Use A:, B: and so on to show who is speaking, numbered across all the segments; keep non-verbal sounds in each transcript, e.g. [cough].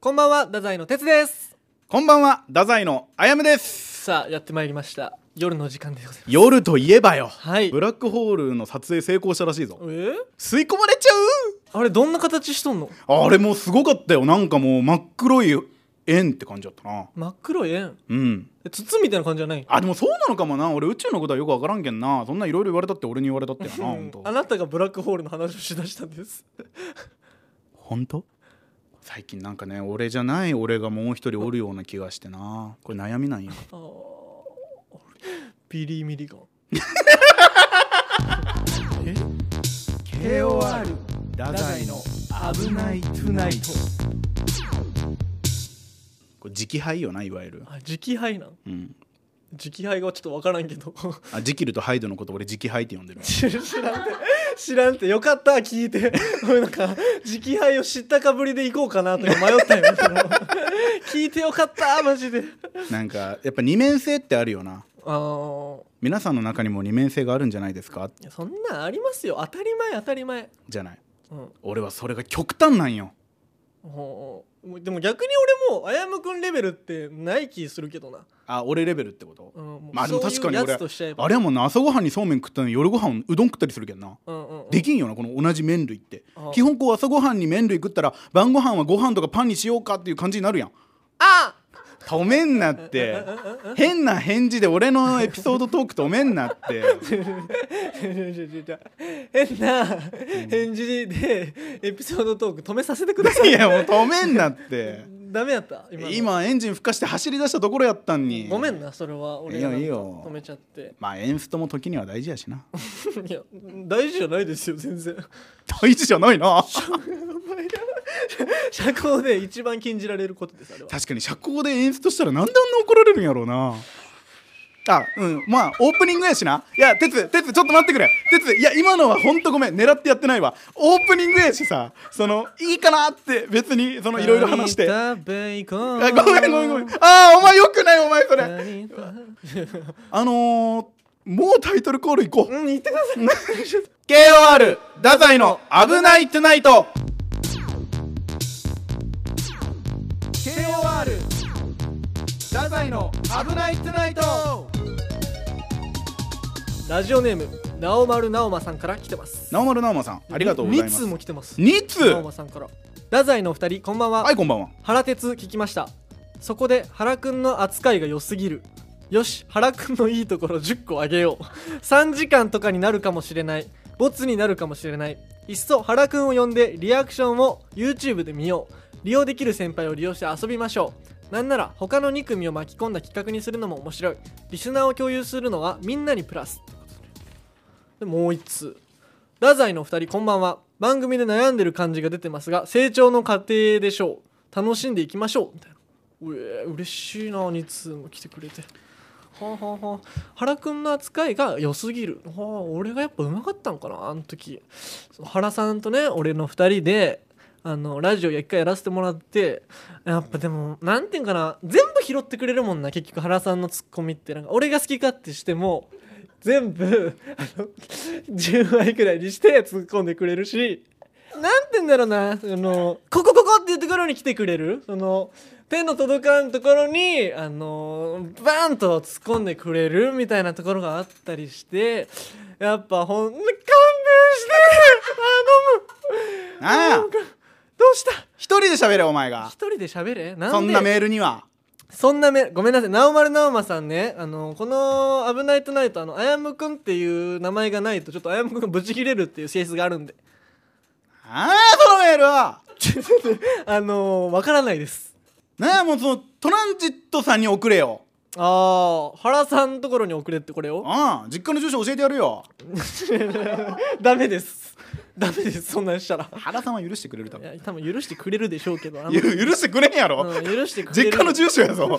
A: こんばんは、太宰の哲です。
B: こんばんは、太宰のあやむです。
A: さあ、やってまいりました。夜の時間でございます。
B: 夜といえばよ、
A: はい
B: ブラックホールの撮影成功したらしいぞ
A: え。ー
B: 吸い込まれちゃ
A: あれ、どんな形しとんの
B: うあれもうすごかったよ。なんかもう真っ黒い円って感じだったな。
A: 真っ黒い円。
B: うん。
A: え筒みたいな感じじゃない
B: あ、でもそうなのかもな。俺宇宙のことはよくわからんけんな。そんないろいろ言われたって俺に言われたってよな、ほんと
A: あ。なたがブラックホールの話をしだしたん
B: [laughs]
A: です。
B: ほんと最近なんかね、俺じゃない俺がもう一人おるような気がしてな。これ悩みなんよ。
A: あービリー・ミリガン。 [laughs] え
B: KOR [laughs] 太宰の危ないトゥナイトこれ直配よないわゆる、
A: あ、直配なん
B: うん、
A: 直配がちょっとわからんけど。
B: あジキルとハイドのこと俺直配って呼んでる
A: 知らんて知らんてよかった聞いて [laughs] もうなんか直配を知ったかぶりで行こうかなとか迷ったよその [laughs] 聞いてよかったマジで
B: なんかやっぱ二面性ってあるよな
A: あの
B: 皆さんの中にも二面性があるんじゃないですか
A: いやそんなんありますよ当たり前当たり前
B: じゃない
A: うん
B: 俺はそれが極端なんよ
A: もうもうでも逆に俺もあやむくんレベルってない気するけどな、
B: あ俺レベルってこと
A: うん、もう
B: まあでも確かに
A: そういう
B: 俺
A: やつとしちゃえば
B: あれはもんな朝ごはんにそうめん食ったのに夜ごはんうどん食ったりするけんな
A: うんうんうん
B: できんよなこの同じ麺類って
A: あ
B: 基本こう朝ごはんに麺類食ったら晩ごはんはご飯とかパンにしようかっていう感じになるやん
A: あ
B: 止めんなって変な返事で俺のエピソードトーク止めんなって
A: [laughs] [laughs] 変な返事でエピソードトーク止めさせてください
B: いやもう止めんなって
A: ダメやった今の
B: 今エンジンふかして走り出したところやったんに
A: ごめんなそれは俺がなんか
B: いいよいいよ
A: 止めちゃって [laughs]
B: まあ演出も時には大事やしな [laughs]
A: いや大事じゃないですよ全然 [laughs]
B: 大事じゃないな
A: 社交で一番禁じられることですあれは
B: 確かに社交で演出としたらなんであんな怒られるんやろうなあうんまあオープニングやしないや哲哲ちょっと待ってくれ哲いや今のはほんとごめん狙ってやってないわオープニングやしさそのいいかなって別にそのいろいろ話して
A: カニタベイコン
B: あごめんごめんごめんあーお前よくないお前それ
A: カニタ
B: あのー、もうタイトルコール行こう
A: うん言ってくだ
B: [laughs]
A: さい
B: KOR 太宰の「危ないトゥナイト」KOR 太宰の「危ないトゥナイト
A: ラジオネームなおまるなおまさんから来てます」
B: 直丸直馬さんありがとうございま
A: 2
B: す
A: 通も来てます
B: 2通
A: なおまさんから太宰のお二人こんばんは、
B: はいこんばんは
A: 原鉄聞きましたそこで原くんの扱いが良すぎるよし原くんのいいところ10個あげよう3時間とかになるかもしれないボツになるかもしれないいっそ原くんを呼んでリアクションを YouTube で見よう利用できる先輩を利用して遊びましょうなんなら他の2組を巻き込んだ企画にするのも面白いリスナーを共有するのはみんなにプラスでもう1通太宰のお二人こんばんは番組で悩んでる感じが出てますが成長の過程でしょう楽しんでいきましょうみたいなうえー嬉しいな2通も来てくれてはあ、はあはあ、原くんの扱いが良すぎる、はあ、俺がやっぱうまかったのかなあの時その原さんとね俺の2人であのラジオ一回やらせてもらってやっぱでもなんていうんかな全部拾ってくれるもんな結局原さんのツッコミってなんか俺が好き勝手しても全部あの10枚くらいにして突っ込んでくれるしなんて言うんだろうなそのここここっていうところに来てくれるその手の届かんところにあのバーンと突っ込んでくれるみたいなところがあったりしてやっぱほん勘弁してあ
B: あ
A: の
B: あ
A: もうどうした
B: 一人で喋れお前が
A: 一人で喋れなんで
B: そんなメールには
A: そんなめ、ごめんなさい、なおまるなおまさんね、あの、この、危ないとないと、あの、あやむくんっていう名前がないと、ちょっとあやむくんがブチ切れるっていう性質があるんで、
B: ああそのメールは
A: [laughs] あのー、わからないです。
B: なあもうそのトランジットさんに送れよ
A: あー、原さんのところに送れってこれを
B: ああ実家の住所教えてやるよ
A: ダメです。ダメです、そんなんしたら。
B: 原さんは許してくれる多
A: い
B: 分
A: や、多分許してくれるでしょうけど、あんま
B: ゆ許してくれんやろ、
A: うん、許してくれる。
B: 実家の住所やぞ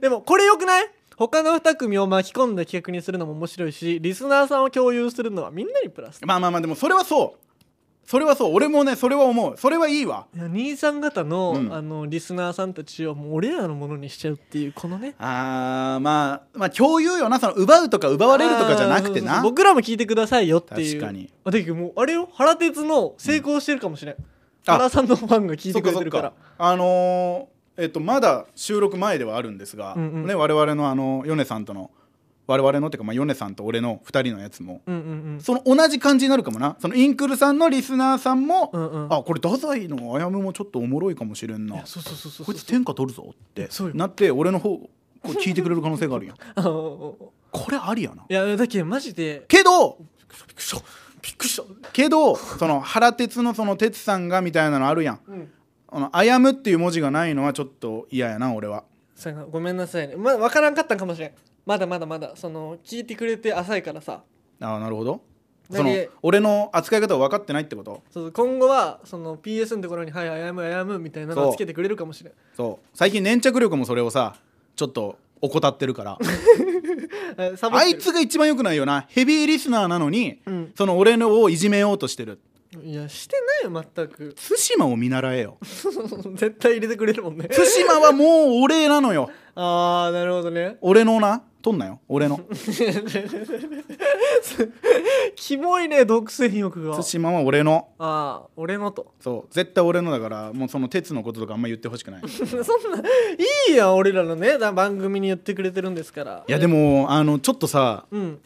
A: でもこれよくない他の2組を巻き込んだ企画にするのも面白いしリスナーさんを共有するのはみんなにプラス
B: まあまあまあでもそれはそうそれはそう俺もねそれは思うそれはいいわ
A: いや兄さん方の,、
B: うん
A: あのリスナーさんたちをもう俺らのものにしちゃうっていうこのね
B: あーまあまあ共有よなその奪うとか奪われるとかじゃなくて
A: あー
B: な
A: 僕らも聞いてくださいよっていう
B: 確かに
A: あでもうあれよ原鉄の成功してるかもしれん、
B: あ
A: 原さんのファンが聞いてくれてるから
B: そっそっあのーえっとまだ収録前ではあるんですが、
A: うんうん
B: ね我々のあのヨネさんとの我々のっていうかまあヨネさんと俺の2人のやつも
A: うんうん
B: その同じ感じになるかもなそのインクルさんのリスナーさんも、
A: うんうんうん
B: あこれ太宰のあやむもちょっとおもろいかもしれん
A: い
B: な
A: やそうそうそうそう
B: こいつ天下取るぞって
A: そうよ
B: なって俺の方こう聞いてくれる可能性が
A: [laughs]
B: あるやん
A: あのお
B: これありやな
A: おいやだけどマジで
B: けど
A: びっくりしたびっくりした
B: けどその原哲のその哲さんがみたいなのあるやん
A: うん
B: あの「あやむ」っていう文字がないのはちょっと嫌やな俺は
A: さごめんなさいねま分からんかったんかもしれんまだまだまだその聞いてくれて浅いからさ
B: ああなるほど
A: な
B: そ
A: に
B: の俺の扱い方を分かってないってこと
A: そうそう今後はその PS のところに「はいあやむあやむ」みたいなのを
B: そう
A: つけてくれるかもしれん
B: そう最近粘着力もそれをさちょっと怠ってるから
A: えサボっ
B: あ
A: て
B: い
A: る
B: つが一番良くないよなヘビーリスナーなのに、
A: うん
B: その俺のをいじめようとしてる
A: いやしてないよ全く [laughs]
B: 対馬を見習えよ
A: 絶対入れてくれるもん
B: [laughs]
A: ね
B: 対馬はもうお礼なのよ
A: ああなるほどね
B: 俺のな取んなよ俺の
A: [laughs] キモいね独占欲が
B: 対馬は俺の
A: ああ俺のと
B: そう絶対俺のだからもうその鉄のこととかあんま言ってほしくない
A: そんないいやん俺らのねだ番組に言ってくれてるんですから
B: いやでもあのちょっとさ
A: うん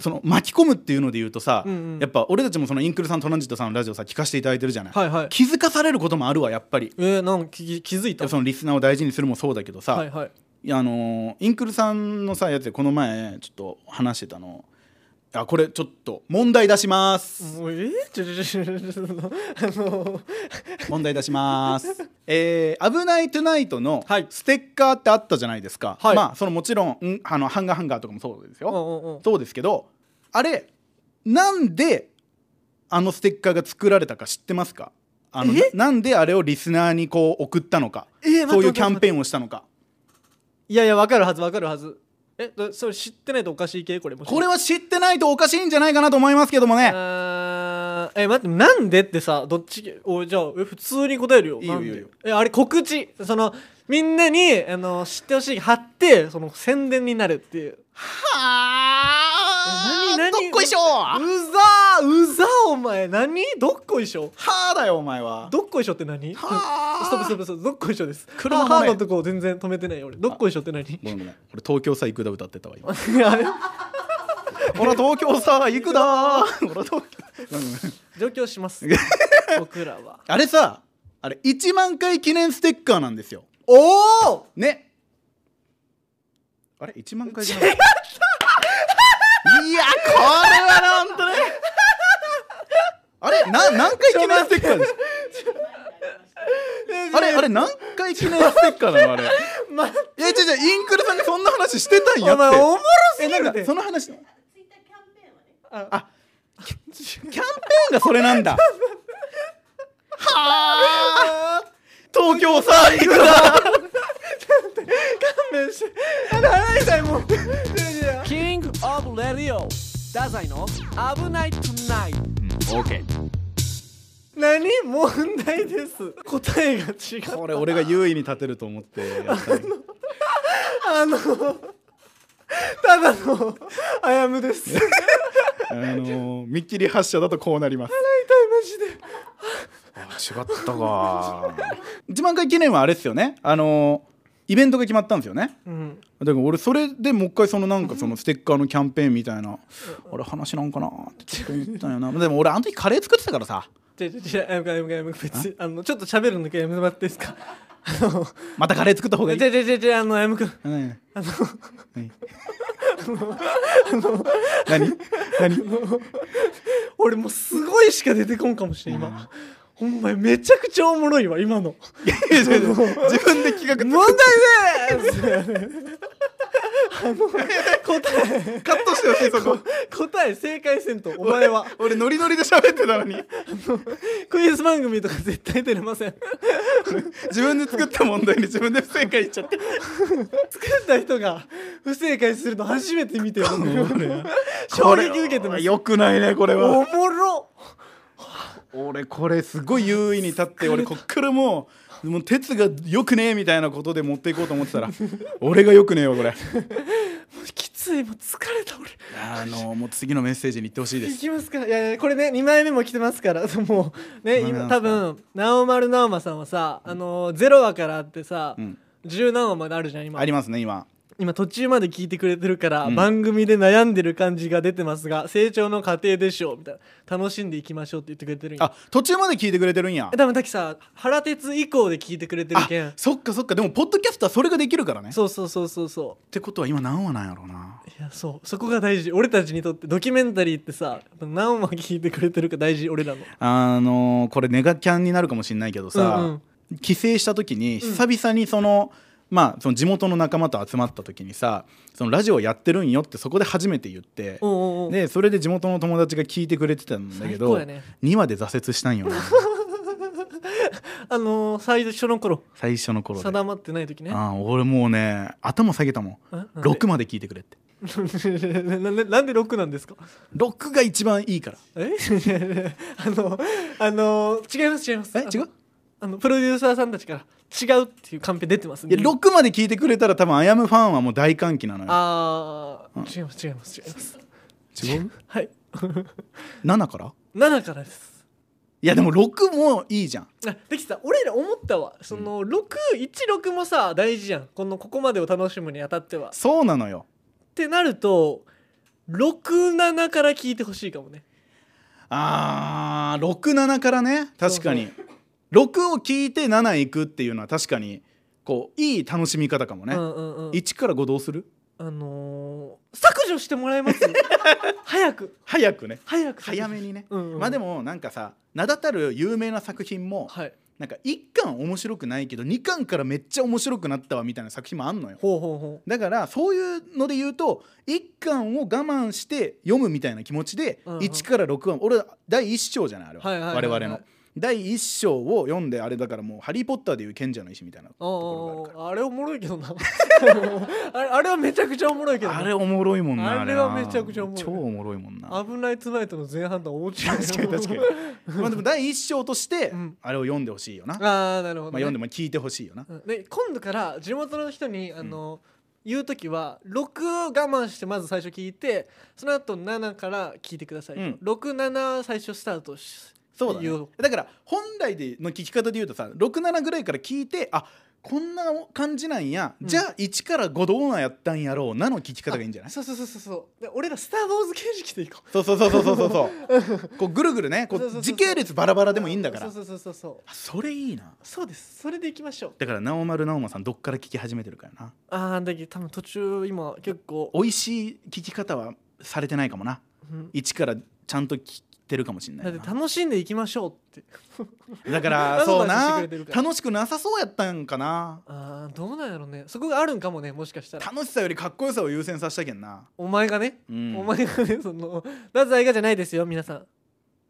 B: その巻き込むっていうので言うとさ、
A: うんうん
B: やっぱ俺たちもそのインクルさんトランジットさんのラジオさ聞かせていただいてるじゃない、
A: はいはい
B: 気づかされることもあるわやっぱり
A: えー、なんか気気づいた
B: そのリスナーを大事にするもそうだけどさ、
A: はいはい
B: いやあのーインクルさんのさやつでこの前ちょっと話してたのあこれちょっと問題出
A: [laughs]
B: します
A: もうえー、ちょちょちょちょちょあ [laughs] の
B: 問題出しますえー危ないトゥナイト」の
A: はい
B: ステッカーってあったじゃないですか、
A: はい
B: まあそのもちろんんあのハンガーハンガーとかもそうですよ、
A: うんうんうん
B: そうですけどあれなんであのステッカーが作られたか知ってますかあの
A: え
B: ななんであれをリスナーにこう送ったのか、
A: えー待って
B: そういう
A: 待って
B: キャンペーンをしたのか
A: いやいやわかるはずわかるはずえだそれ知ってないとおかしい系これもし
B: これは知ってないとおかしいんじゃないかなと思いますけどもね
A: あ [laughs] ーえ待ってなんでってさどっちおじゃあえ普通に答えるよ
B: いいよ
A: なんで
B: いいよいいよ
A: えあれ告知そのみんなにあの知ってほしい貼ってその宣伝になるっていう
B: は
A: え何何
B: どっこいしょ
A: う
B: は
A: ざーうざーお前何どっこいしょ
B: ーだよお前は
A: どっこいしょって何
B: はー
A: ストップストップストップどっこいしょです
B: 黒豆
A: ハードのとこ全然止めてないよ俺どっこいしょって何
B: ごめんごめん俺東京さ行くだ歌ってたわ今
A: [laughs] あれ
B: 俺は東京さ行くだ
A: [laughs]
B: ー俺は東京ごめんごめん
A: 上京します
B: [laughs]
A: 僕らは
B: あれさあれ1万回記念ステッカーなんですよ
A: おお
B: ねあれ1万回じゃないいやこれはなんとねあれな何回記念ステッカーですあれあれ何回記念ステッカーなのあれい
A: ま
B: や違う違うインクルさんがそんな話してたんや
A: お前おもろ
B: って
A: すぎ
B: え
A: る
B: な
A: で
B: んかその話キャンペ
A: あ
B: ーンがそれな
A: [laughs]
B: んだはあ東京さ行く
A: 勘
B: な
A: 弁してあれ払いたいもんキングオブレディオダザイの危ないトゥナイト
B: オーケー
A: 何問題です答えが違う
B: これ俺が優位に立てると思ってやった
A: あのただのあやむです痛い
B: あのー見切り発車だとこうなります。
A: マジで
B: 違ったか。一万回記念はあれですよね。あのーイベントが決まったんですよね。
A: うん
B: だから俺それでもう一回そのなんかそのステッカーのキャンペーンみたいな、あれ話なんかなーってちょっと思ったんよな。でも俺あの時カレー作ってたからさ、
A: じゃじゃじゃあやむかやむかやむか別にあのちょっと喋るのだけやめてもらっていいですかあの
B: またカレー作った方がいい
A: じ。ゃじゃじゃじゃあのあやむくん
B: うん
A: あの
B: はい何？何？ [laughs]
A: 俺もうすごいしか出てこんかもしれん今ほんまにめちゃくちゃおもろいわ今の
B: 自分で企画
A: 問題です [laughs] あの答え
B: カットしてほしいそこ。
A: 答え正解せんとお前は
B: 俺ノリノリで喋ってたのに
A: クイズ番組とか絶対出れません
B: 自分で作った問題に自分で不正解言っちゃって
A: 作った人が不正解するの初めて見てる衝
B: これ
A: 撃受けてます
B: よくないねこれ
A: お
B: は
A: もろ
B: 俺これすごい優位に立って俺 [laughs] こっからもうもう鉄が [laughs] よくねえみたいなことで持っていこうと思ってたら俺がよくねえよこれ
A: きついで今疲れた俺
B: あのもう次のメッセージに行ってほしいで
A: い
B: す
A: きますかいやいやこれね2枚目も来てますから [laughs] もうね
B: 二枚
A: 今
B: 目なんすか
A: 多分直丸直馬さんはさ、あのー、ゼロ話からあってさ、
B: うん
A: 十何話まであるじゃん今
B: ありますね今
A: 今途中まで聞いてくれてるから、
B: うん
A: 番組で悩んでる感じが出てますが成長の過程でしょうみたいな楽しんでいきましょうって言ってくれてるんや
B: あ途中まで聞いてくれてるんや
A: え多分滝さ原哲以降で聞いてくれてるけ
B: あ
A: ん
B: そっかそっかでもポッドキャストはそれができるからねっ
A: そうそうそうそうそう
B: てことは今何話なんやろうない
A: やそうそこが大事俺たちにとってドキュメンタリーってさやっぱ何話聞いてくれてるか大事俺らの
B: あのーこれネガキャンになるかもしれないけどさ、
A: うん
B: 帰省した時に久々にその、まあその地元の仲間と集まった時にさそのラジオやってるんよってそこで初めて言って
A: おうおうおう
B: でそれで地元の友達が聞いてくれてたんだけ
A: 最高
B: ど、
A: やね
B: 2話で挫折したん
A: [laughs]
B: よね
A: あのー、最初の頃
B: 最初の頃で。
A: 定まってない時ね
B: ああ俺もうね頭下げたもん
A: えなんで
B: 6まで聞いてくれって
A: [laughs] なななんで6なんですか
B: 6が一番いいから
A: え [laughs] あのあの違います違います
B: え違う
A: あのプロデューサーさんたちから違うっていうカンペ出てますん
B: いや
A: で
B: 6まで聞いてくれたら多分アヤムファンはもう大歓喜なのよ
A: あー違います違います違います
B: 違う
A: はい
B: 7から
A: 7からです
B: いやでも6もいいじゃん
A: あできた俺ら思ったわその616もさ大事やんこのここまでを楽しむにあたってはっ
B: そうなのよ
A: てなると67から聞いてほしいかもね
B: あー67からね確かに6を聞いて7行くっていうのは確かにこういい楽しみ方かもね、
A: うんうんうん
B: 1から5どうする
A: あのー、削除してもらえます
B: [laughs]
A: 早く
B: 早くね
A: 早く削除
B: 早めにね、
A: うんうん
B: まあでもなんかさ名だたる有名な作品も
A: はい
B: なんか1巻面白くないけど2巻からめっちゃ面白くなったわみたいな作品もあんのよ
A: ほうほうほ
B: だからそういうので言うと1巻を我慢して読むみたいな気持ちで
A: うんうん
B: 1から6話俺第1章じゃないあれは,、
A: はいはいはいはい
B: 我々の第1章を読んであれだからもう「ハリー・ポッター」でいう賢者の石みたいなと
A: う
B: ころがあ
A: おう
B: るか
A: おうあれおもろいけどな [laughs] あれあれはめちゃくちゃおもろいけど
B: ら
A: な
B: あれおもろいもんな
A: あれは
B: な
A: めちゃくちゃおもろい
B: 超おもろいもんな
A: 危ないツナイトの前半とは大違い
B: 確かに確
A: [laughs]
B: かにまあでも第1章として
A: うん
B: あれを読んでほしいよな、まあ
A: ああなるほど、ね
B: 読んでも聞いてほしいよな、
A: うんで今度から地元の人にあの、言う時は6を我慢してまず最初聞いてその後7から聞いてください、
B: うん
A: 67最初スタートし
B: そうだ、
A: 言
B: ね
A: う、
B: だから本来での聞き方で言うとさ67ぐらいから聞いてあこんな感じなんや、
A: うん
B: じゃあ1から5どうなんやったんやろうなの聞き方がいいんじゃない
A: そうそうそうそうそうで俺ら「スター・ウォーズ」形式でいこう
B: そうそうそうそうそうそうそう [laughs] こうぐるぐるねこ
A: そうそうそうう
B: 時系列バラバラでもいいんだから
A: そうそうそうそうそう
B: あそれいいな
A: そうですそれでいきましょう
B: だから直丸直馬さんどっから聞き始めてるからな
A: ああだけど多分途中今結構、
B: 美味しい聞き方はされてないかもな
A: うん
B: 1からちゃんと聞いてるかもしれな
A: だ
B: い
A: って
B: な
A: 楽しんでいきましょうって
B: だから
A: アド
B: そう
A: バイスして
B: な
A: くれてるから
B: 楽しくなさそうやったんかな
A: ああどうなんやろねそこがあるんかもねもしかしたら
B: 楽しさよりかっこよさを優先させたけんな、
A: お前がね、
B: うん、
A: お前がねその [laughs] 太宰がじゃないですよ皆さん [laughs]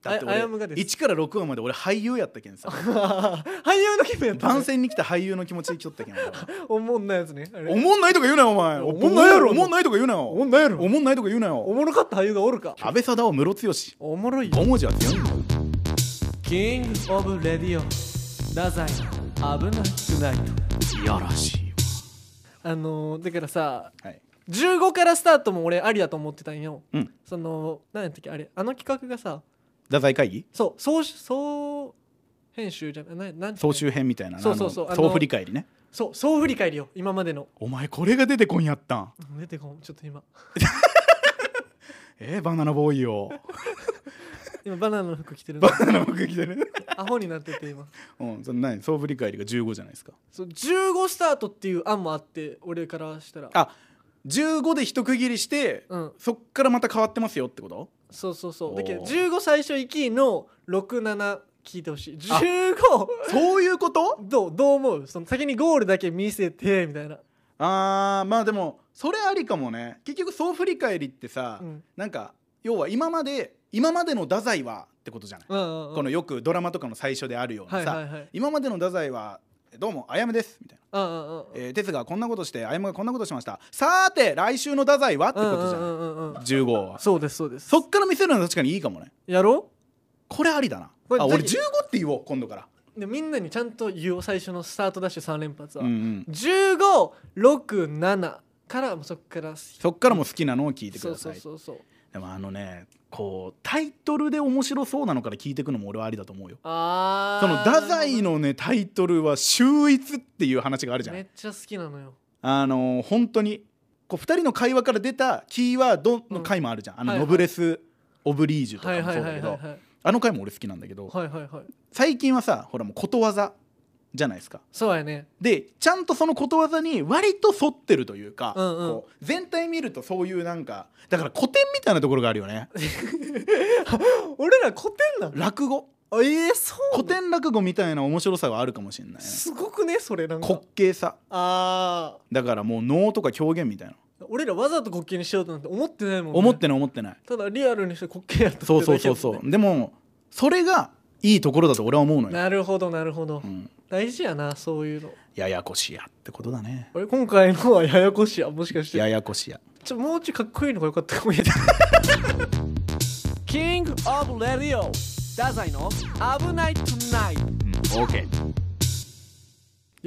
B: だって
A: ああ
B: 俺
A: やむがです
B: 1から6話まで俺俳優やったけんさ
A: 俳優の気分やったね
B: 番宣に来た俳優の気持ちで来
A: [laughs]
B: とったけん俺は
A: おもんなやつねあれ
B: おもんないとか言うなよお前
A: おもんないやろ
B: おもんないとか言うな
A: おも
B: よ
A: んないやろ
B: おもんないとか言うな
A: お
B: よ
A: もろかった俳優がおるか
B: 安倍貞夫室ロツヨシ
A: おもろいよ
B: 5文字は強いんだよ
A: キングオブレディオ太宰危なくない
B: いやらしい
A: あのー、だからさ
B: わはい
A: 15からスタートも俺ありだと思ってたんよ
B: うん
A: その何やったっけあれあの企画がさ
B: 太宰会議
A: そう総総編集じゃないななんて
B: 総集編みたいな
A: そうそうそう
B: あの
A: あの
B: 総振り返りね
A: そう総振り返りよ今までの
B: お前これが出てこんやったん
A: うん出てこんちょっと今
B: [laughs] えー、バナナボーイよ
A: 今バナナの服着てるの
B: バナナ僕来てる
A: アホになってて今
B: [laughs] うんそんなに総振り返りが15じゃないですか
A: そう15スタートっていう案もあって俺からしたら
B: あ15で一区切りして、
A: うん
B: そっからまた変わってますよって
A: [laughs]
B: こと
A: そうそうそ
B: お
A: う
B: ー
A: だけど15最初行きの67聞いてほしい
B: あ
A: 15
B: そういうこと
A: どうどう思うその先にゴールだけ見せてみたいな、
B: あーまあでもそれありかもね結局総振り返りってさ、
A: うん
B: なんか要は今まで今までの太宰はってことじゃない、
A: うんうんうん、
B: このよくドラマとかの最初であるような
A: はい
B: さ、
A: はいはい
B: 今までの太宰は「どうもあやめです」みたいな
A: うんうんうん
B: 「えー、哲がこんなことしてあやめがこんなことしましたさーて来週の太宰は?」ってことじゃ
A: うんうんう
B: ない、
A: んうんうん
B: 15は
A: そうですそうです
B: そっから見せるのは確かにいいかもね
A: やろ
B: これありだな
A: これ
B: あ俺
A: ぜひ
B: 15って言おう今度から
A: うでみんなにちゃんと言おう最初のスタートダッシュ3連発は、
B: うんうん
A: 1567からもうそっから
B: そっからも好きなのを聞いてく
A: そう
B: だ
A: そ
B: さ
A: う
B: い
A: そうそう
B: でもあのねこうタイトルで面白そうなのから聞いてくのも俺はありだと思うよ
A: あ
B: その太宰のねタイトルは「秀逸」っていう話があるじゃん
A: めっちゃ好きなのよ
B: あのー本当にこう2人の会話から出たキーワードの回もあるじゃん、あ
A: は
B: の
A: いはい
B: ノブレス・オブリージュと
A: はい
B: かも
A: はいは
B: そうだ
A: い
B: け
A: はいは
B: ど
A: いはい
B: あの回も俺好きなんだけど
A: はいはいはい
B: 最近はさほらもうことわざじゃないですか
A: そうやね
B: でちゃんとそのことわざに割と沿ってるというか、
A: うんうん
B: こう全体見るとそういうなんかだから古典みたいなところがあるよね
A: [laughs] 俺ら古典なの
B: 落語
A: あええそうな
B: 古
A: の
B: 典落語みたいな面白さはあるかもしれないね
A: すごくねそれなんか
B: 滑稽さ
A: あ
B: だからもう能とか表現みたいな
A: あ俺らわざと滑稽にしようとなんて思ってないもん、ね、
B: 思ってない思ってない
A: ただリアルにして滑稽やったって
B: そうそう
A: だけ
B: そ
A: や
B: う
A: ったね
B: そうでもそれがいいところだと俺は思うのよ、
A: なるほどなるほど、
B: うん、
A: 大事やなそういうの
B: ややこしやってことだね
A: 俺今回のはややこしやもしかして
B: ややこしや
A: ちょもうちょいかっこいいのがよかったかもしれないキングオブレディオダザイの危ないトゥナイ
B: うん OK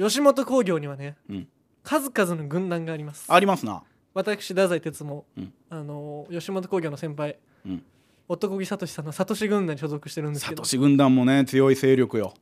A: 吉本興業にはね
B: うん
A: 数々の軍団があります
B: ありますな
A: 私太宰哲も、
B: うん
A: あのー吉本興業の先輩
B: うん
A: 男木聡さんの聡軍団に所属してるんです
B: サ
A: けど
B: トシ軍団もね強い勢力よ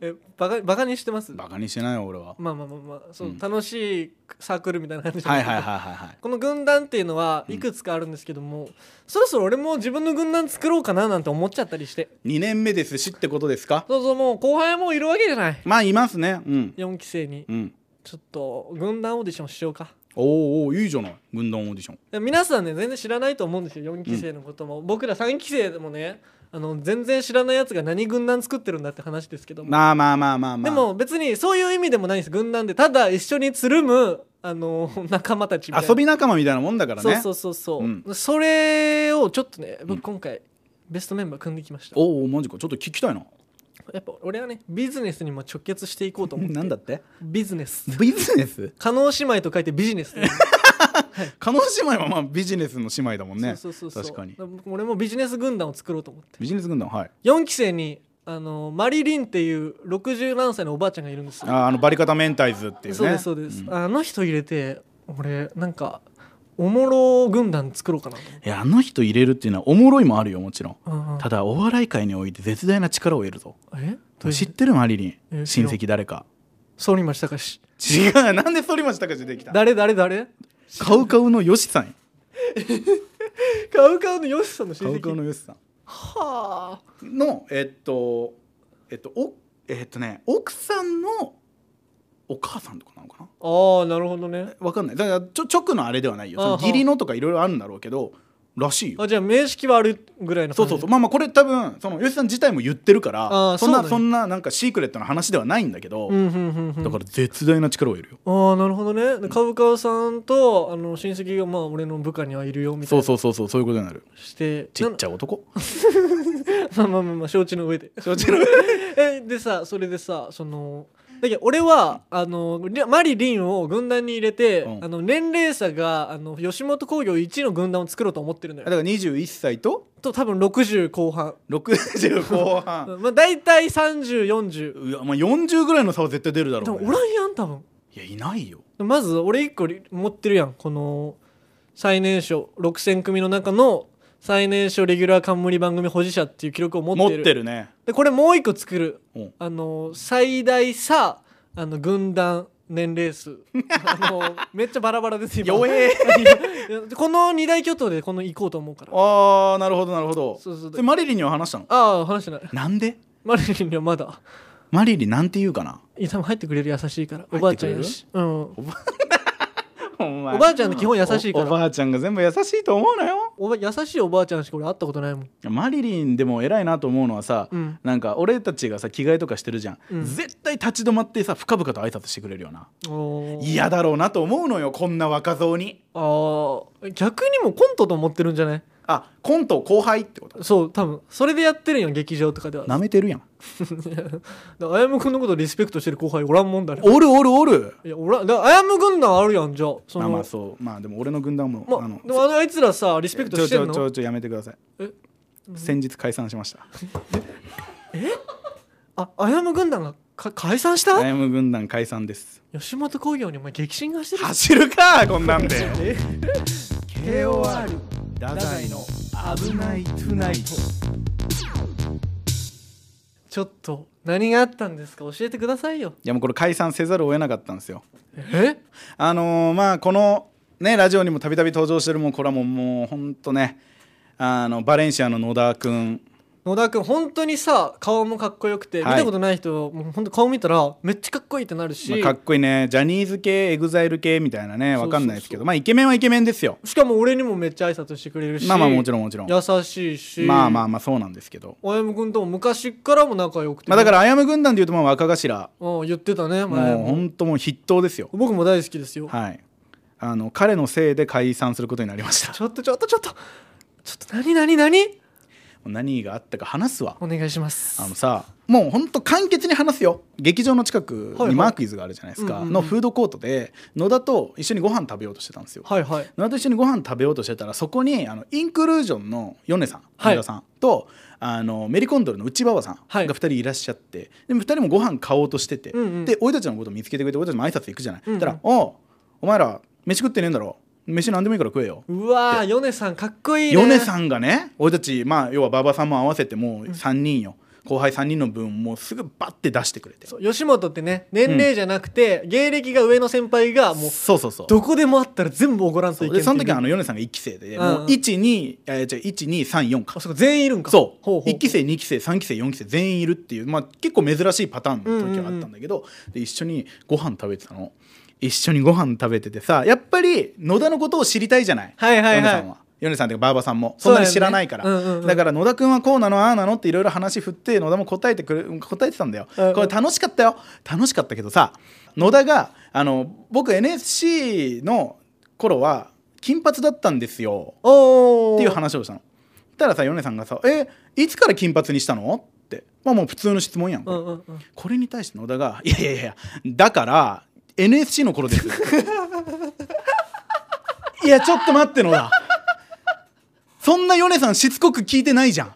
A: えバカバカにしてます
B: バカにしてないよ俺は
A: まあまあまあまあそう、
B: うん
A: 楽しいサークルみたいな感じなん
B: は
A: で
B: い
A: すけど
B: はいはいは
A: [laughs]
B: いはい
A: この軍団っていうのはいくつかあるんですけども、そろそろ俺も自分の軍団作ろうかななんて思っちゃったりして
B: 2年目ですしってことですか
A: そうそうもう後輩もいるわけじゃない
B: まあいますねうん
A: 4期生に
B: うん
A: ちょっと軍団オーディションしようか
B: おーおーいいじゃない軍団オーディション
A: で皆さんね全然知らないと思うんですよ4期生のことも、僕ら3期生でもねあの全然知らないやつが何軍団作ってるんだって話ですけども、
B: まあまあまあまあま
A: で
B: あ
A: も別にそういう意味でもないんです軍団でただ一緒につるむあの [laughs] 仲間たちみたいな
B: 遊び仲間みたいなもんだからね
A: そうそうそうそう、
B: う
A: それをちょっとね僕今回ベストメンバー組んできました、
B: おうおうマジかちょっと聞きたいな
A: やっぱ俺はねビジネスにも直結していこう
B: [laughs]
A: と思って
B: なんだって
A: ビジネス
B: ビジネ
A: [laughs]
B: ス
A: 加納姉妹と書いてビジネス、
B: 加納姉妹はまあビジネスの姉妹だもんね
A: そうそうそうそう
B: 確かに
A: 俺もビジネス軍団を作ろうと思って
B: ビジネス軍団はい
A: 4期生にあのマリリンっていう60何歳のおばあちゃんがいるんですよ、
B: ああのバリカタメンタイズっていうね
A: そうですそうです、
B: ん
A: あの人入れて俺なんかおもろ軍団作ろうかなと
B: いやあの人入れるっていうのはおもろいもあるよもちろん
A: 思って
B: ただお笑い界において絶大な力を得るぞ
A: うんうんえどうい
B: 知っ
A: う
B: てるマリリ
A: え
B: ン
A: 知
B: 親
A: らん
B: 戚誰か
A: 反町隆史
B: 違うなんで反町隆史できた
A: 誰誰誰
B: カウカウのヨシさんや
A: カウカウのヨシさんの親
B: カウカウ
A: 戚
B: のヨシさん
A: はあ
B: のえっとえっとおえっとね奥さんのお母さんとかなのかな
A: ああなるほどね
B: わかんないだからちょ直のあれではないよそ
A: あ
B: の
A: は
B: 義理のとかいろいろあるんだろうけどらしいよ
A: あじゃあ面識はあるぐらいの
B: そ
A: 感
B: う
A: じ
B: そうそうまあまあこれ多分その吉さん自体も言ってるか
A: あー
B: らそん
A: そうなん
B: な
A: や
B: そんななんかシークレットな話ではないんだけど、
A: うんうんうんうん
B: だから絶大な力を得るよ、
A: ああなるほどねでカウカウさんとあの親戚がまあ俺の部下にはいるよみたい
B: そう
A: な
B: そうそうそうそういうことになる
A: して
B: ちっちゃい男
A: [laughs] ゃ [laughs] まあまあまあまあ承知の上で [laughs]
B: 承知の
A: えでさそれでさそのだけど俺はあのりマリリンを軍団に入れて、
B: うん
A: あの年齢差があの吉本興業1の軍団を作ろうと思ってるの
B: だか
A: よ
B: ら21歳と
A: と多分60後半、
B: 60後半
A: うんまあ、大体3040
B: うわまあ40ぐらいの差は絶対出るだ
A: で
B: ろ
A: も
B: う、
A: お
B: ね、
A: らんやん多分
B: いやいないよ
A: まず俺一個り持ってるやんこの最年少6000組の中の最年少レギュラー冠番組保持者っていう記録を持
B: 持
A: っ
B: って
A: る
B: てるね
A: でこれもう一個作る
B: うん
A: あの最大差あの軍団年齢
B: [laughs]
A: 数あのめっちゃバラバラです今
B: 弱え
A: [laughs] いやこの二大巨頭でこの行こうと思うからあ
B: ああなるほどなるほど
A: そうそう
B: でマリリンには話したの
A: あー話してない
B: なんで
A: マリリンにはまだ
B: マリリンなんて言うかない
A: や多分入ってくれる優しいからおばあちゃんやし、うん、お
B: お
A: おばあちゃんが基本優しいから
B: おばあちゃんが全部優しいと思うなよ
A: ば優しいおばあちゃんしか俺会ったことないもん
B: マリリンでも偉いなと思うのはさ、
A: うん
B: なんか俺たちがさ着替えとかしてるじゃん、
A: うん
B: 絶対立ち止まってさ深々と挨拶してくれるよな
A: おー
B: 嫌だろうなと思うのよこんな若造に
A: ああ逆にもうコントと思ってるんじゃない
B: あコント後輩ってこと
A: そう多分それでやってるんよ劇場とかでは
B: なめてるやん
A: だあやむくんのことリスペクトしてる後輩おらんもんだね
B: おるおるおる
A: いやおらんだあやむ軍団あるやんじゃあそ
B: ま
A: の
B: あまあそうまあでも俺の軍団も、
A: ま
B: あの
A: でもあのあいつらさリス
B: リ
A: ペクトしてんの
B: ちょちょちょやめてください
A: え
B: 先日解散しました
A: ああやむ軍団がか解散した、
B: イム軍団解散です
A: 吉本興業にお前激震がしてる
B: 走るかこんなんで
A: え
B: KOR 太宰の危ないトゥナイト
A: ちょっと何があったんですか教えてくださいよ
B: いやもうこれ解散せざるを得なかったんですよ
A: え
B: あのーまあこのねラジオにもたびたび登場してるもうこれはもうもうほんとねあのバレンシアの野田君
A: 野田君本当にさ顔もかっこよくて、
B: はい
A: 見たことない人もう本当顔見たらめっちゃかっこいいってなるし、
B: まあかっこいいねジャニーズ系エグザイル系みたいなね
A: そうそうそう
B: わかんないですけどまあイケメンはイケメンですよ
A: しかも俺にもめっちゃ挨拶してくれるし
B: まあまあもちろんもちろん
A: 優しいし
B: まあまあまあそうなんですけど
A: あ歩夢君とも昔からも仲良くて、
B: まあだからあやむ軍団でいうとまあ若頭
A: うん言ってたね前
B: もう
A: も
B: ほんともう筆頭ですよ
A: 僕も大好きですよ、
B: はいあの彼のせいで解散することになりました
A: ちょっとちょっとちょっとちょっと何何何
B: 何があったか話すわ
A: お願いします
B: あのさもうほんと簡潔に話すよ劇場の近
A: は
B: く
A: いは
B: に
A: い
B: マークイズがあるじゃないです
A: うん
B: か
A: うんうん
B: のフードコートで野田と一緒にご飯食べようとしてたんですよ
A: はいはい
B: 野田と一緒にご飯食べようとしてたらそこにあのインクルージョンの米さん
A: はい
B: 野田さんとあのメリコンドルの内馬場さん
A: は
B: が
A: い
B: 2人いらっしゃってでも2人もご飯買おうとしてて
A: うんうん
B: で俺たちのこと見つけてくれて俺たちも挨拶行くじゃない
A: うんうん
B: たら「おうお前ら飯食ってねえんだろ飯何でもいいから食えよ」
A: うわーヨネさんかっこいいね
B: ヨネさ
A: ん
B: んがね俺たちまあ要は馬場さんも合わせてもう3人よ、後輩3人の分もうすぐバッて出してくれてそ
A: 吉本ってね年齢じゃなくて、芸歴が上の先輩がもう
B: うそうそう
A: どこでもあったら全部おごらんといけん
B: でその時はあ
A: の
B: のヨネさんが1期生で、
A: うん
B: もう12えー違う1234か
A: あそこ全員いるんか
B: そう
A: ほうほう
B: 1期生2期生3期生4期生全員いるっていう、まあ、結構珍しいパターンの時はあったんだけど、で一緒にご飯食べてたの一緒にご飯食べててさやっぱり野田のことを知りたいじゃない、
A: はいはいはい
B: ヨネさんは。ヨネさんというかバーバさんもそんなに知らないから
A: そ
B: だ,、
A: うだよねうんうんうん
B: から野田君はこうなのああなのっていろいろ話振って野田も答えてくれ答えてたんだよ、
A: うんうん
B: これ楽しかったよ楽しかったけどさ野田があの僕 NSC の頃は金髪だったんですよ
A: おー
B: っていう話をしたの。たらさ米さんがさ「えいつから金髪にしたの?」ってまあもう普通の質問やん、
A: うんうんうん
B: これに対して野田が「いやいやいやだから NSC の頃です」 [laughs] いやちょっと待って野田そんな米さんしつこく聞いてないじゃん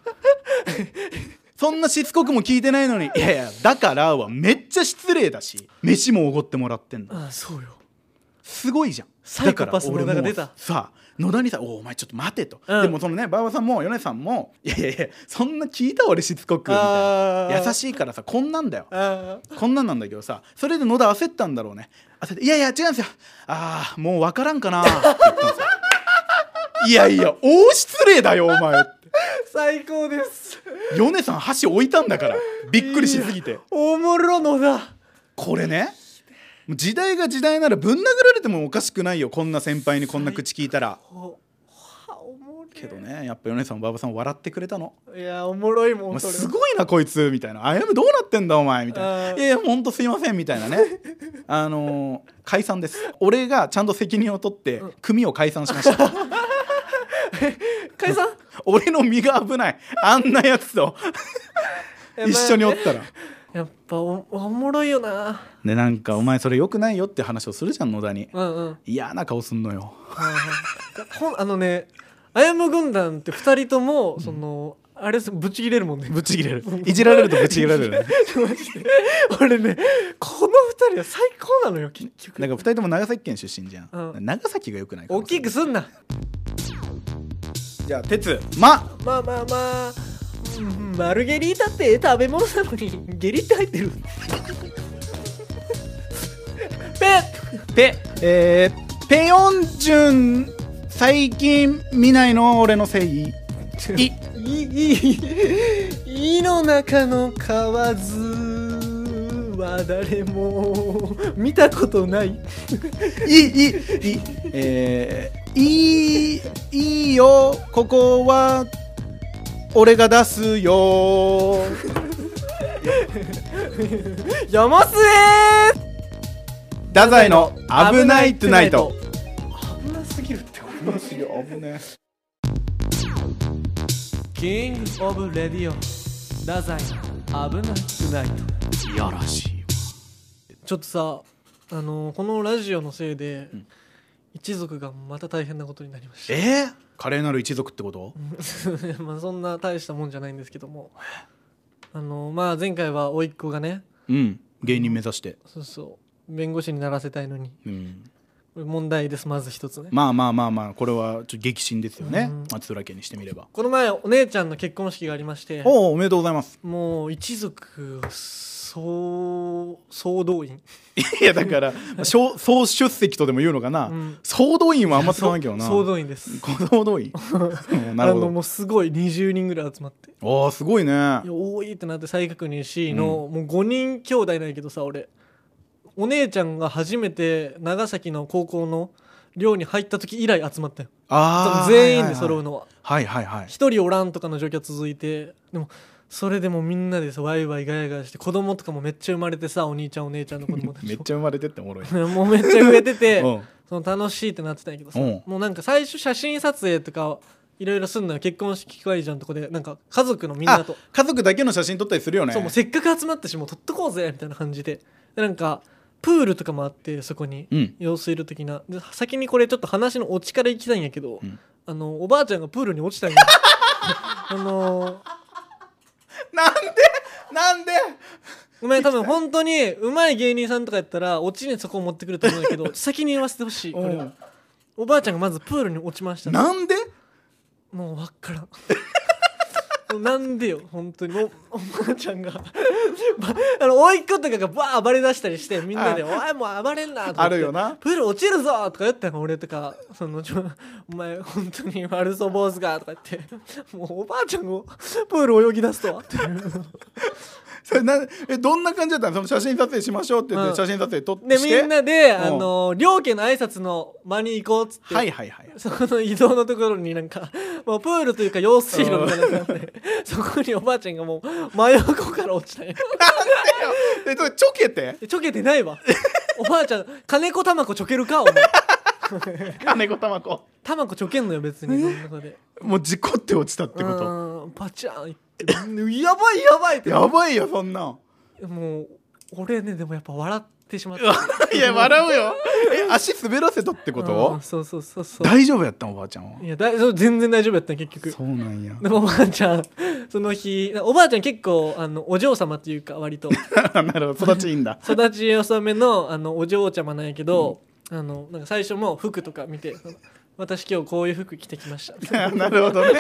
B: そんなしつこくも聞いてないのに「いやいやだから」はめっちゃ失礼だし飯もおごってもらってんの
A: あそうよ
B: すごいじゃん
A: サイコパスの野田が出た
B: だから俺もさ野田にさ「おお前ちょっと待て」と、
A: うん
B: でもそのね馬場さんも米さんも「いやいやいやそんな聞いた俺しつこく」み
A: あ
B: たい
A: ー
B: な優しいからさこんなんだよ
A: あー
B: こんなんなんだけどさそれで野田焦ったんだろうね焦って「いやいや違うんですよああもう分からんかな」って言ったんで
A: [laughs]
B: すよいやいや大失礼だよお前って
A: 最高です
B: 米さん箸置いたんだからびっくりしすぎて
A: おもろのだ
B: これねもう時代が時代ならぶん殴られてもおかしくないよこんな先輩にこんな口聞いたら。
A: おはおもろい
B: けどねやっぱ米さんも馬場さんも笑ってくれたの
A: いやおもろい
B: 「お
A: もん
B: 前
A: それ
B: すごいなこいつ」みたいな「あやむどうなってんだお前」みたい
A: あ
B: な
A: ー
B: 「いやいやほんとすいません」みたいなね [laughs] あのー解散です俺がちゃんと責任を取って組を解散しました [laughs]
A: 解散
B: 俺の身が危ないあんなやつと [laughs] 一緒におったら
A: やっぱおおもろいよな
B: でなんか「お前それよくないよ」って話をするじゃん野田に
A: うんうん
B: 嫌な顔すんのよ
A: ほんあのねあやむ軍団って2人ともその、あれですぶち切れるもんね [laughs]
B: ぶち切れるいじられるとぶち切られる
A: マジで俺ねこの2人は最高なのよ結局
B: なんか2人とも長崎県出身じゃん、
A: うん
B: 長崎がよくないか
A: 大きくすんな
B: じゃあ鉄ま
A: まあまあまあうんマルゲリータって食べ物なのにゲリって入ってる [laughs] ペッ
B: ペ、えー、ペヨンジュン最近見ないの俺のせいいい
A: いいいいいの中の蛙は誰も見たことない
B: いいいえー、いいいいよここは俺が出すよ
A: 山末
B: 太宰の「危ないトゥナイト
A: 危なすぎるってこ」
B: 危ね
A: キングオブレディオ太宰の危なくないと
B: いやらしい
A: ちょっとさあのーこのラジオのせいで、一族がまた大変なことになりまし
B: えー、華麗なる一族ってこと
A: た [laughs] まあそんな大したもんじゃないんですけどもあのーまあ前回は甥っ子がね
B: うん芸人目指して、
A: そうそう弁護士にならせたいのに
B: うん、
A: これ問題ですまず一つね
B: まあまあまあまあこれはちょっと激震ですよね
A: うん
B: 松浦家にしてみれば
A: この前お姉ちゃんの結婚式がありまして
B: おおおめでとうございます
A: もう一族総総動員
B: [laughs] いやだから [laughs] 小総出席とでも言うのかな、
A: うん
B: 総動員はあんま使わないけどな [laughs]
A: 総動員です
B: 小僧動員うん [laughs] なる [laughs] ほ
A: あの
B: ど
A: もうすごい20人ぐらい集まって
B: ああすごいね
A: いや多いってなって再確認しの、もう5人兄弟なんやけどさ俺お姉ちゃんが初めて長崎の高校の寮に入った時以来集まったよ
B: ああ
A: 全員で揃うのは
B: はいはいはい
A: 一、人おらんとかの状況続いてでもそれでもみんなでさワイワイガヤガヤして子供とかもめっちゃ生まれてさお兄ちゃんお姉ちゃんの子供たち
B: [laughs] めっちゃ生まれてっておもろい
A: ゃもうめっちゃ増えてて、
B: うん
A: その楽しいってなってたんやけどさ、
B: うん
A: もうなんか最初写真撮影とかいろいろすんのよ結婚式会場のとこでなんか家族のみんな
B: あ
A: と
B: 家族だけの写真撮ったりするよね
A: そうもうせっかく集まったしもう撮っとこうぜみたいな感じででなんかプールとかもあってそこに、
B: うん
A: 用水路的なで先にこれちょっと話のオチから行きたいんやけど、
B: うん
A: あのおばあちゃんがプールに落ちたんや [laughs] あの
B: なんでなんで
A: ごめん多分本当にうまい芸人さんとかやったらオチにそこを持ってくると思うんやけど先に言わせてほしいこれ
B: う
A: は
B: ん
A: おばあちゃんがまずプールに落ちました
B: なんで
A: もうわっからんもうなんでよ本当にもうおばあちゃんがばあの甥っ子とかがバー暴れ出したりしてみんなで「
B: あ
A: おいもう暴れんな」とか言って
B: あるよな
A: プール落ちるぞ!」とか言ったの俺とか「そのちょお前本当に悪そう坊主が」とか言ってもうおばあちゃんをプール泳ぎ出すと
B: [laughs]
A: はっていう
B: それなえどんな感じだったのその写真撮影しましょうって言って、
A: うん
B: 写真撮影撮っ
A: で
B: て
A: みんなで
B: うん
A: あの両家の挨拶の間に行こうっつって、
B: はいはい [laughs] はい
A: そこの移動のところになんか [laughs] もうプールというか用水路みたいなのがあって [laughs] そこにおばあちゃんがもう真横から落ちたんよ
B: えそれちょけ [laughs] て
A: でちょけてないわおばあちゃん金子玉子ちょけるかお前
B: 金子玉子
A: 玉子ちょけんのよ別にそんなことで
B: もう事故って落ちたってこと
A: うんバチャーンいってやばいやばいって
B: やばいよそ
A: [laughs]
B: んなん
A: もう俺ねでもやっぱ笑ってしまった
B: いや笑うよ [laughs] え足滑らせたってこ
A: う
B: と
A: んそうそうそうそう
B: 大丈夫やったんおばあちゃんはい
A: やだいそう全然大丈夫やったん結局
B: そうなんや [laughs]
A: でもおばあちゃんその日おばあちゃん結構あのお嬢様っていうか割と
B: なるほど育ちいいんだ
A: [laughs] 育ち納めのあのお嬢ちゃまなんやけど、あのなんか最初も服とか見て「私今日こういう服着てきました」 [laughs]
B: なるほどね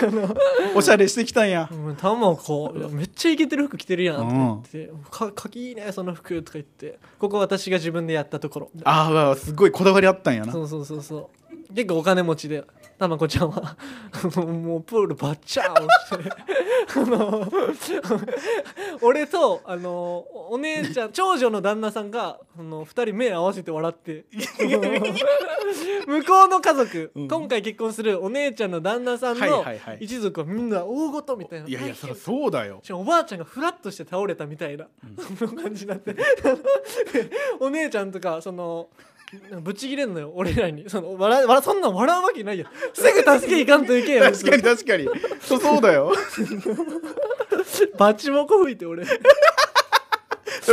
B: おしゃれしてきたんや
A: うんタマこうめっちゃイケてる服着てるやん」と
B: う
A: か言
B: ん
A: って「かかきいいねその服」とか言って「ここ私が自分でやったところ」
B: ああすごいこだわりあったんやな
A: そうそうそうそう結構お金持ちでたまこちゃんは [laughs] もうプールバッチャーンしてあの [laughs] 俺とあのお姉ちゃん長女の旦那さんがあの2人目合わせて笑
B: [laughs]
A: って向こうの家族、
B: うん
A: 今回結婚するお姉ちゃんの旦那さん
B: はい
A: の
B: はいはい
A: 一族はみんな大ごとみたいない
B: やいやそりゃそうだよ
A: しかもおばあちゃんがフラッとして倒れたみたいな、そんな感じになって [laughs] お姉ちゃんとかそのぶち切れんのよ俺らにその笑笑そんなん笑うわけないやんすぐ助けいかんといけよ
B: 確かに確かにそうそうだよ
A: バチモコ吹いて俺
B: で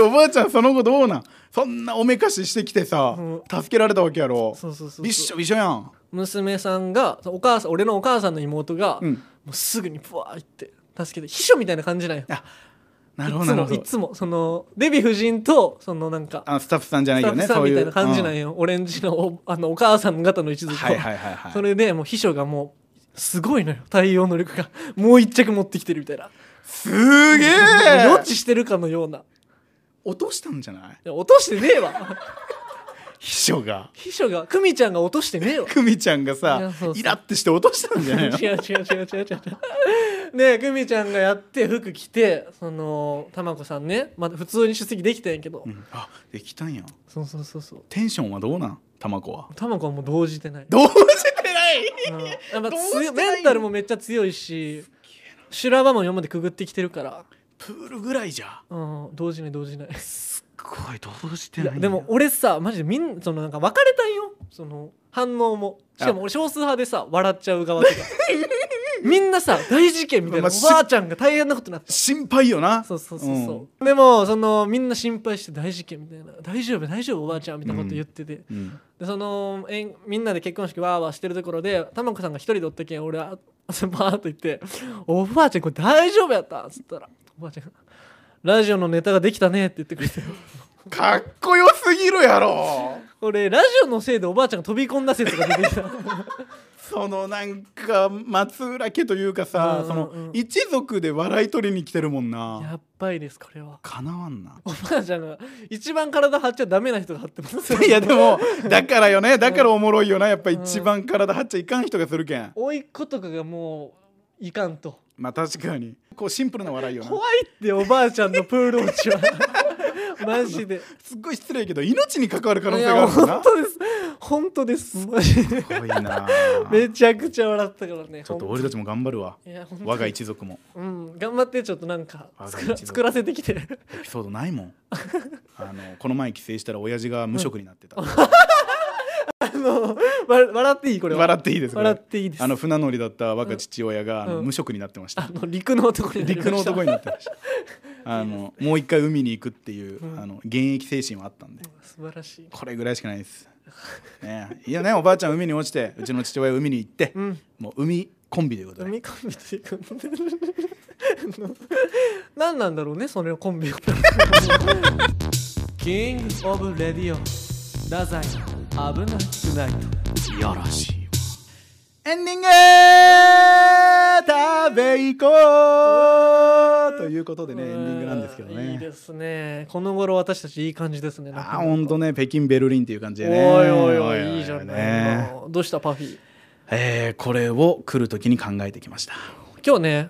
B: おばあちゃんその後どうなんそんなおめかししてきてさ
A: うん
B: 助けられたわけやろ
A: そうそうそう
B: びっしょびしょやん
A: 娘さんがそのお母さん俺のお母さんの妹が、
B: うん
A: もうすぐにブワーって助けて秘書みたいな感じなんよ
B: ないるほど
A: つ
B: なる
A: も
B: ほ
A: い
B: ど
A: つもそのデヴィ夫人とそのなんか
B: あスタッフさんじゃない
A: スタッ
B: よ
A: フ
B: ね
A: さん
B: そう
A: み
B: い
A: たいうな感じなんよ、オレンジのおあのお母さん方の一
B: うん
A: 族と、
B: はいはいはい [laughs] はい
A: それでもう秘書がもうすごいのよ対応能力が [laughs] もう一着持ってきてるみたいな、
B: すげえ
A: もう予知してるかのようない
B: 落としたんじゃない
A: や落としてねえわ [laughs]
B: 秘書が
A: 秘書が久美ちゃんが落としてね
B: [laughs]
A: えわ
B: 久美ちゃんが
A: いや
B: さ
A: そうそう
B: イラってして落としたんじゃないの
A: 違う違う違う違う違う違うで久美ちゃんがやって服着てその玉子さんね、まあ、普通に出席できたんやけど、
B: うんあできたんや
A: そうそうそうそう
B: テンションはどうなん玉子は
A: 玉子はもう動じてない
B: どうしてない
A: うんやっぱ
B: どうして
A: 強い
B: ないの
A: メンタルもめっちゃ強いし修羅場も今までくぐってきてるから、
B: プールぐらいじゃ
A: うん、動じない動じない
B: すっごいどうして
A: い
B: な
A: や
B: い
A: でも俺さマジでみんそのなんか別れたんよその反応もしかも俺少数派でさ笑っちゃう
B: [laughs]
A: 側とかみんなさ大事件みたいなお
B: まあし
A: ばあちゃんが大変なことになって
B: 心配よな
A: そうそうそうそう、でもそのみんな心配して大事件みたいな大丈夫大丈夫おばあちゃんみたいなこと言ってて、
B: うん、うん
A: でそのえんみんなで結婚式わーわーしてるところでたまこさんが一人でおったけん俺はバーっと言って「おばあちゃんこれ大丈夫やった?」っつったらおばあちゃんが「ラジオのネタができたね」って言ってくれて
B: かっこよすぎるやろ
A: 俺ラジオのせいでおばあちゃんが飛び込んだ説が出てき
B: [laughs]
A: た
B: そのなんか松浦家というかさ、
A: うん
B: そ
A: うんうん
B: の一族で笑い取りに来てるもんな
A: やっばいですこれは
B: かなわんな
A: おばあちゃんが一番体張っちゃダメな人が張ってます
B: [laughs] いやでもだからよねだからおもろいよなやっぱ一番体張っちゃいかん人がするけん
A: 甥いっ子とかがもういかんと
B: まあ確かにこうシンプルな笑いよな
A: 怖いっておばあちゃんのプール落ち
B: [laughs]
A: はマジです
B: っごい失礼やけど命に関わる可能
A: い
B: 性があ
A: や
B: るもんな
A: 本当です本当ですマジです
B: ごいな
A: めちゃくちゃ笑ったからね
B: ちょっと俺たちも頑張るわ
A: いや本当に
B: 我が一族も
A: うん頑張ってちょっとなんか
B: 我が
A: 作ら
B: 一族
A: 作らせてきて [laughs]
B: エピソードないもんあのこの前帰省したら親父が無職になってた、
A: あのわ笑っていいこれは
B: 笑っていいですこれ
A: 笑っていいです
B: あの船乗りだった若父親が、あの
A: うん
B: 無職になってました、
A: あの陸の男になりました
B: 陸の男になってましたあのもう一回海に行くっていう、
A: ん
B: あの現役精神はあったんで
A: 素晴らしい
B: これぐらいしかないです、ねえ、いいよねおばあちゃん海に落ちてうちの父親海に行って、
A: うん
B: もう海コンビということで
A: 海コンビというかあの何なんだろうねそれのコンビはキングオブレディオ太宰危なくない
B: いやらしいわエンディング食べ行こうということでねエンディングなんですけど
A: いい
B: ね
A: ですねこの頃私たちいい感じですね
B: あーほんとね北京ベルリンっていう感じ
A: お
B: で
A: い
B: ね
A: おいおいいいじゃない、
B: ね
A: どうしたパフィー
B: えーこれを来るときに考えてきました
A: 今日ね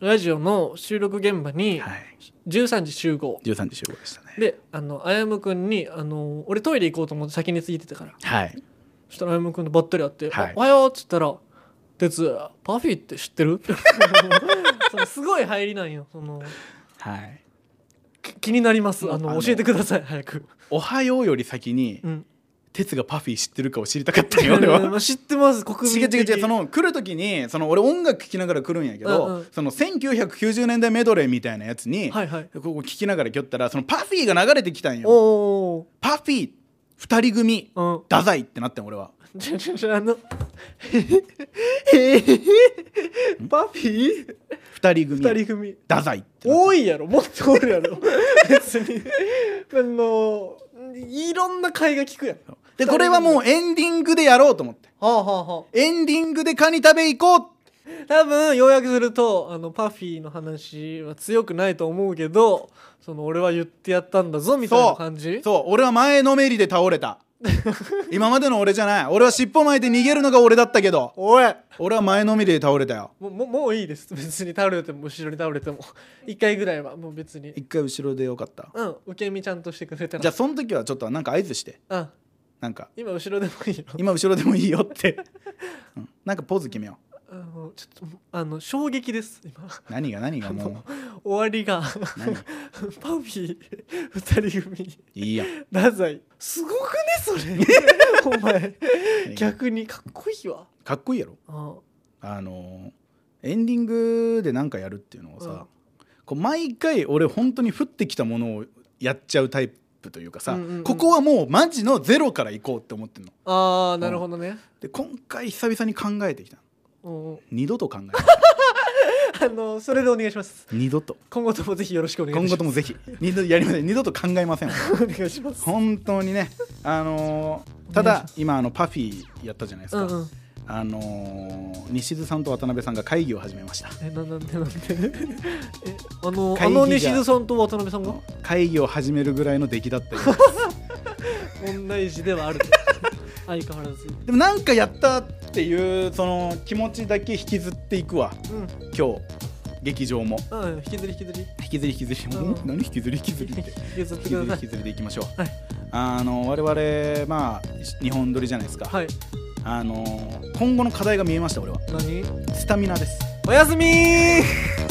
A: ラジオの収録現場に
B: はい
A: 13時集合
B: 13時集合でしたね
A: であのあやむくんにあの俺トイレ行こうと思って先に着いてたから
B: はい
A: そしたらあやむくんとばったり会って「
B: はい
A: おはよう」っつったら「哲パフィーって知ってる? 」そのすごい入りなんよその
B: はい
A: き気になりますあの
B: あの
A: 教えてください早く、
B: おはようより先に、
A: うん、
B: 鉄がパフィー知ってるかを知りたかったよ俺は
A: まあ知ってます国
B: 違う
A: 民的
B: 違う違うその来る時にその俺音楽聴きながら来るんやけど、
A: うんうん
B: その1990年代メドレーみたいなやつに、
A: はいはい
B: ここ聞きながら来よったらそのパフィーが流れてきたんよ
A: お
B: パフィー二人組
A: おうん
B: 太宰ってなってん俺は
A: じゃじゃじゃあの「へへへへパフィー
B: 二人組
A: 二
B: 太
A: 人組」
B: 宰ってなって
A: 多いやろもっとおるやろ別にあのいろんな会が聞くやんは
B: でこれはもうエンディングでやろうと思って
A: あはあは
B: エンディングでカニ食べ行こう
A: あ多分要約するとあのパフィーの話は強くないと思うけどその俺は言ってやったんだぞみたいな感じ
B: そう俺は前のめりで倒
A: [laughs]
B: れた今までの俺じゃない俺は尻尾巻いて逃げるのが俺だったけど
A: おい
B: 俺は前のめりで倒れたよ
A: もうもうもういいです [laughs] 別に倒れても後ろに倒れても [laughs] 一回ぐらいはもう別に
B: 一回後ろでよかった
A: うん受け身ちゃんとしてくれたら
B: じゃあその時はちょっとなんか合図して
A: あ
B: なんか
A: 今後ろでもいいよ
B: 今後ろでもいいよ
A: [laughs]
B: って、うん、なんかポーズ決めよ
A: あのちょっとあの衝撃です今
B: う何が何がもう
A: 終わりが
B: 何
A: [laughs] パフィー二人組
B: いいや
A: 太宰すごくね [laughs] それお前 [laughs] 逆にかっこいいわ
B: かっこいいやろ
A: あ
B: あのーエンディングで何かやるっていうのをさ、こう毎回俺本当に降ってきたものをやっちゃうタイプというかさ、
A: うんうんうん
B: ここはもうマジのゼロから行こうって思ってんの
A: あーなるほどね、
B: で今回久々に考えてきた
A: うん、
B: 二度と考えた
A: あのそれでお願いします
B: 二度と
A: 今後ともぜひよろしくお願い
B: 今
A: しま
B: 後
A: す
B: ともぜひ二度やりません二度と考えません
A: 今後ともお願いします
B: 本当にねあのーただ今あのパフィーやったじゃないです
A: う
B: か、
A: んうん
B: あのー西津さんと渡辺さんが会議を始めました
A: えななんでなんでえあのあ
B: 会議が
A: の西津さんと渡辺さんが
B: 会議を始めるぐらいの出来
A: [laughs]
B: だったよ
A: 同じではある [laughs] 相変わらず
B: でもなんかやったっていうその気持ちだけ引きずっていくわ
A: うん
B: 今日劇場も
A: うん引きずり引きずり
B: 引きずり引きずりもう
A: うん
B: [laughs] 何引きずり引きず
A: [laughs]
B: りって
A: 引きずっ
B: 引
A: て
B: き
A: く
B: ず
A: だ
B: り引
A: さい
B: きずりでいきましょう、
A: はい
B: あの我々まあ日本撮りじゃないですか、
A: はい
B: あの今後の課題が見えました俺は
A: 何
B: スタミナです
A: おやすみー